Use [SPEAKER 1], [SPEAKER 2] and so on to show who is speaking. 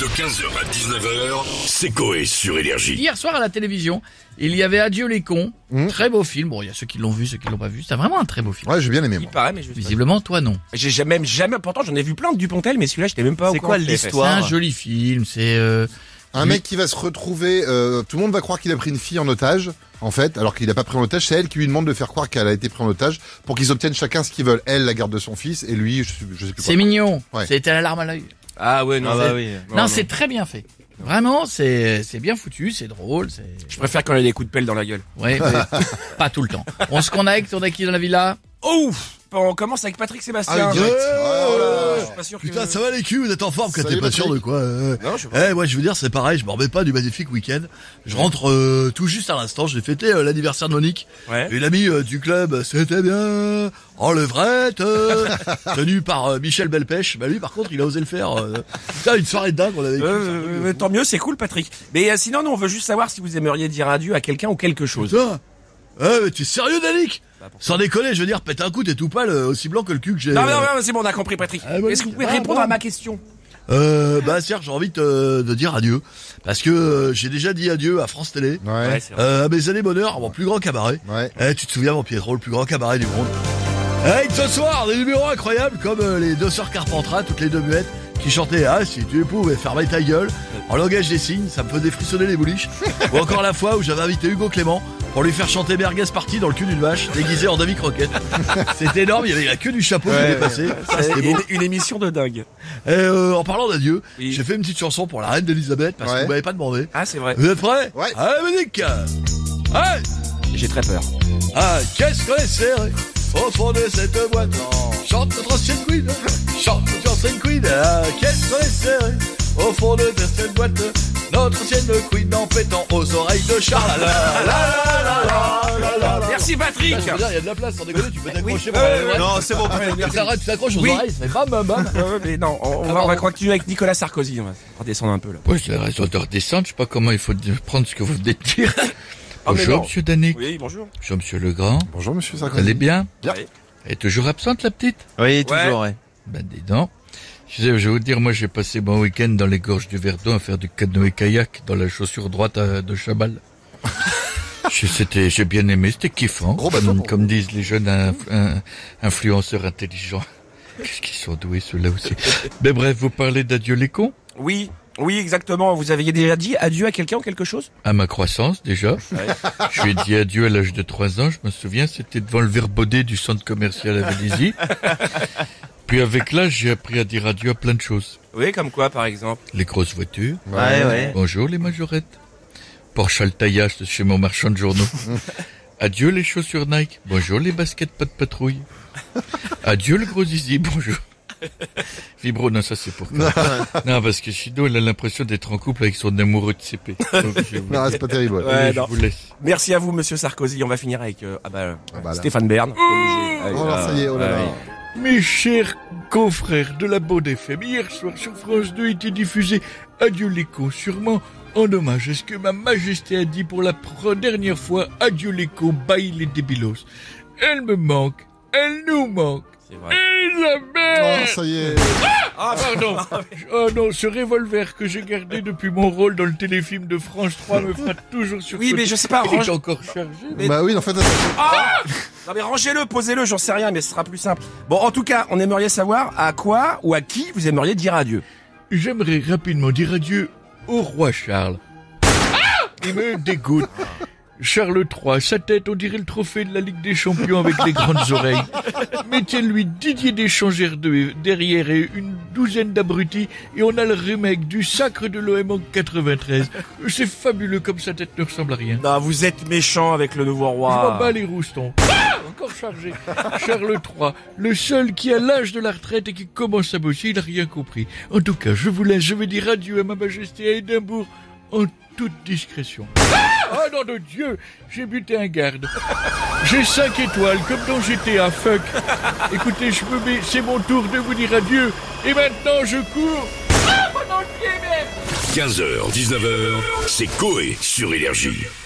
[SPEAKER 1] De 15h à 19h, c'est Coé sur Énergie.
[SPEAKER 2] Hier soir à la télévision, il y avait Adieu les cons. Très beau film. Bon, il y a ceux qui l'ont vu, ceux qui l'ont pas vu. C'est vraiment un très beau film.
[SPEAKER 3] Hmm. Ouais, j'ai bien aimé,
[SPEAKER 4] Il
[SPEAKER 3] moi.
[SPEAKER 4] paraît, mais je sais pas.
[SPEAKER 2] Visiblement, toi non.
[SPEAKER 4] J'ai jamais, même jamais, pourtant j'en ai vu plein de Dupontel, mais celui-là j'étais même pas au
[SPEAKER 5] C'est
[SPEAKER 4] courant.
[SPEAKER 5] quoi
[SPEAKER 4] qu'il avait fait
[SPEAKER 2] C'est
[SPEAKER 5] l'histoire
[SPEAKER 2] un joli film. C'est euh,
[SPEAKER 3] Un
[SPEAKER 2] Oui.
[SPEAKER 3] mec qui va se retrouver, euh, tout le monde va croire qu'il a pris une fille en otage, en fait, alors qu'il n'a pas pris en otage. C'est elle qui lui demande de faire croire qu'elle a été prise en otage pour qu'ils obtiennent chacun ce qu'ils veulent. Elle, la garde de son fils, et lui, je, sais- je sais plus quoi.
[SPEAKER 2] c'est mignon.
[SPEAKER 3] Ouais.
[SPEAKER 2] C'était la larme à l'œil.
[SPEAKER 4] ça. Ah ouais, non,
[SPEAKER 5] Ah bah
[SPEAKER 4] c'est-
[SPEAKER 5] oui.
[SPEAKER 2] Non, c'est très bien fait. Vraiment, c'est c'est bien foutu, c'est drôle, c'est
[SPEAKER 4] Je préfère quand il y a des coups de pelle dans la gueule.
[SPEAKER 2] ouais, mais pas tout le temps. On se connecte, on est qui dans la villa
[SPEAKER 4] Ouf Bon, On commence avec Patrick Sébastien.
[SPEAKER 3] Ah, direct.
[SPEAKER 4] Oh
[SPEAKER 3] Ouais, ouais,
[SPEAKER 4] là,
[SPEAKER 3] ouais.
[SPEAKER 4] je suis pas sûr que-
[SPEAKER 6] Putain, ça va les culs, vous êtes en forme quand
[SPEAKER 3] Salut,
[SPEAKER 6] t'es pas sûr de
[SPEAKER 3] Patrick.
[SPEAKER 6] quoi. euh.
[SPEAKER 4] Non, je sais pas.
[SPEAKER 6] Eh, moi je veux dire, c'est pareil, je m'en remets pas du magnifique week-end. Je rentre euh, tout juste à l'instant, j'ai fêté euh, l'anniversaire de Monique.
[SPEAKER 4] Ouais.
[SPEAKER 6] Et l'ami euh, du club, euh, c'était bien, en levrette, euh, tenu par euh, Michel Belpèche. Bah lui, par contre, il a osé le faire. euh. Putain, une soirée de dingue, on avait vécu, c'est un truc
[SPEAKER 4] Euh,
[SPEAKER 6] de
[SPEAKER 4] euh,
[SPEAKER 6] fou.
[SPEAKER 4] tant mieux, c'est cool Patrick. Mais euh, sinon, nous, on veut juste savoir si vous aimeriez dire adieu à quelqu'un ou quelque chose.
[SPEAKER 6] Putain, eh, mais t'es sérieux, Danick
[SPEAKER 4] Bah, pourquoi
[SPEAKER 6] Sans déconner, je veux dire, pète un coup, t'es tout pâle, euh, aussi blanc que le cul que j'ai. euh.
[SPEAKER 4] Non, non, non, c'est bon, on a compris Patrick.
[SPEAKER 6] Ah, bon,
[SPEAKER 4] Est-ce que vous pouvez
[SPEAKER 6] ah,
[SPEAKER 4] répondre
[SPEAKER 6] bon.
[SPEAKER 4] à ma question
[SPEAKER 6] Euh, bah, Serge, j'ai envie de, te- de dire adieu. Parce que euh, j'ai déjà dit adieu à France Télé.
[SPEAKER 3] Ouais,
[SPEAKER 4] c'est
[SPEAKER 6] Euh, à mes années bonheur, mon plus grand cabaret.
[SPEAKER 3] ouais.
[SPEAKER 6] Eh, tu te souviens, mon Pietro, le plus grand cabaret du monde. Eh, et ce soir, des numéros incroyables comme euh, les deux sœurs Carpentras, toutes les deux muettes, qui chantaient Ah, si tu pouvais fermer ta gueule, en langage des signes, ça me faisait frissonner les bouliches. Ou encore la fois où j'avais invité Hugo Clément pour lui faire chanter Merguez Party dans le cul d'une vache, déguisé en David Croquette. C'était énorme, il y avait la queue du chapeau qui dépassait. Ça, c'était beau.
[SPEAKER 4] une, une émission de dingue.
[SPEAKER 6] Et euh, en parlant d'adieu,
[SPEAKER 4] Oui.
[SPEAKER 6] j'ai fait une petite chanson pour la reine d'Elisabeth parce que
[SPEAKER 3] Ouais.
[SPEAKER 6] vous m'avez pas demandé.
[SPEAKER 4] Ah, c'est vrai.
[SPEAKER 6] Vous êtes prêts
[SPEAKER 3] Ouais.
[SPEAKER 6] Allez, musique Allez
[SPEAKER 4] J'ai très peur.
[SPEAKER 6] Ah, qu'est-ce qu'on est serré au fond de cette boîte Chante notre ancienne queen, chante notre ancienne queen. Ah, qu'est-ce qu'on est serré au fond de cette boîte Notre ancienne queen en pétant aux oreilles de Charles. La, la, la, la, la,
[SPEAKER 2] Ah,
[SPEAKER 6] la, la, la.
[SPEAKER 4] Merci Patrick
[SPEAKER 6] Putain, je veux dire, Il y a de la place, sans déconner, tu peux
[SPEAKER 4] Euh,
[SPEAKER 6] t'accrocher.
[SPEAKER 4] Ouais, ouais, ouais.
[SPEAKER 5] Non, c'est bon.
[SPEAKER 6] Sarah, tu t'accroches aux
[SPEAKER 4] Oui.
[SPEAKER 6] oreilles, ça
[SPEAKER 2] Eh
[SPEAKER 6] fait
[SPEAKER 2] ben,
[SPEAKER 6] bam bam bam.
[SPEAKER 4] Euh, mais non, on, on va, on va continuer avec Nicolas Sarkozy. On va redescendre un peu là.
[SPEAKER 2] Ouais, c'est la raison de redescendre. Je sais pas comment il faut prendre ce que vous venez de dire.
[SPEAKER 4] Ah, mais non.
[SPEAKER 2] Monsieur Danick.
[SPEAKER 4] Oui, bonjour.
[SPEAKER 2] Bonjour, Monsieur Legrand.
[SPEAKER 3] Bonjour, monsieur
[SPEAKER 2] Vous allez
[SPEAKER 3] Sarkozy.
[SPEAKER 2] bien
[SPEAKER 3] Bien.
[SPEAKER 4] Ouais.
[SPEAKER 2] Elle est toujours absente, la petite
[SPEAKER 5] Oui, toujours, ouais.
[SPEAKER 2] Ben, dis donc. Je vais je vais vous dire, moi, j'ai passé mon week-end dans les gorges du Verdon à faire du canoë-kayak dans la chaussure droite euh, de Chabal. Je- C'était, j'ai bien aimé, c'était kiffant.
[SPEAKER 3] Gros bateau
[SPEAKER 2] comme,
[SPEAKER 3] pour
[SPEAKER 2] comme disent les jeunes inf- in- influenceurs intelligents. Qu'est-ce qu'ils sont doués, ceux-là aussi. Mais bref, vous parlez d'adieu les cons?
[SPEAKER 4] Oui, oui, exactement. Vous aviez déjà dit adieu à quelqu'un ou quelque chose
[SPEAKER 2] À ma croissance, déjà. Je lui ai dit adieu à l'âge de 3 ans. Je me souviens, c'était devant le verbaudet du centre commercial à Vélizy. Puis avec l'âge, j'ai appris à dire adieu à plein de choses.
[SPEAKER 4] Oui, comme quoi, par exemple
[SPEAKER 2] Les grosses voitures.
[SPEAKER 5] Ouais, ouais.
[SPEAKER 2] Bonjour les majorettes. Porsche le taillage de chez mon marchand de journaux. Adieu les chaussures Nike. Bonjour les baskets pas de patrouille. Adieu le gros zizi. Bonjour. Vibro, non, ça c'est pour toi. Non, parce que Shido, elle a l'impression d'être en couple avec son amoureux de CP. Donc, je vous,
[SPEAKER 3] Non, c'est pas terrible. ouais.
[SPEAKER 4] Ouais,
[SPEAKER 2] Allez, je
[SPEAKER 4] non.
[SPEAKER 2] vous laisse.
[SPEAKER 4] Merci à vous, monsieur Sarkozy. On va finir avec euh, ah bah, euh,
[SPEAKER 3] Ah, bah, là.
[SPEAKER 4] Stéphane Bern. Obligé.
[SPEAKER 3] Oh,
[SPEAKER 4] Ah,
[SPEAKER 3] ça y est, oh là là.
[SPEAKER 4] ouais.
[SPEAKER 2] Mes chers confrères de la bonne FM, hier soir sur France 2 était diffusé Adieu les cons, sûrement en hommage à ce que ma majesté a dit pour la pre- dernière fois Adieu les cons, bye les débilos. Elle me manque, elle nous manque.
[SPEAKER 4] C'est vrai.
[SPEAKER 3] Oh,
[SPEAKER 2] Isabelle
[SPEAKER 3] ça y est.
[SPEAKER 2] Ah pardon Oh non, ce revolver que j'ai gardé depuis mon rôle dans le téléfilm de France 3 me frappe toujours sur
[SPEAKER 4] Oui,
[SPEAKER 2] côté.
[SPEAKER 4] mais je sais pas.
[SPEAKER 2] Il est
[SPEAKER 4] range-
[SPEAKER 2] encore chargé
[SPEAKER 4] Mais-
[SPEAKER 3] Bah oui, en fait, attends.
[SPEAKER 4] Non mais rangez-le, posez-le. J'en sais rien, mais ce sera plus simple. Bon, en tout cas, on aimerait savoir à quoi ou à qui vous aimeriez dire adieu.
[SPEAKER 2] J'aimerais rapidement dire adieu au roi Charles. Il me dégoûte. Charles III, sa tête, on dirait le trophée de la Ligue des Champions avec les grandes oreilles. Mettez-lui Didier Deschamps de- derrière et une douzaine d'abrutis et on a le remake du sacre de l'OM en 93. C'est fabuleux comme sa tête ne ressemble à rien.
[SPEAKER 4] Non, Bah, vous êtes méchant avec le nouveau
[SPEAKER 2] Je m'en bats
[SPEAKER 4] roi.
[SPEAKER 2] les roustons. Encore chargé. Charles III, le seul qui a l'âge de la retraite et qui commence à bosser, il n'a rien compris. En tout cas, je vous laisse, je vais dire adieu à ma majesté à Édimbourg en toute discrétion. Oh nom de Dieu, j'ai buté un garde. J'ai cinq étoiles, comme dans GTA, fuck. Écoutez, je me mets, c'est mon tour de vous dire adieu. Et maintenant, je cours.
[SPEAKER 1] 15h, 19h, c'est Coé sur Énergie.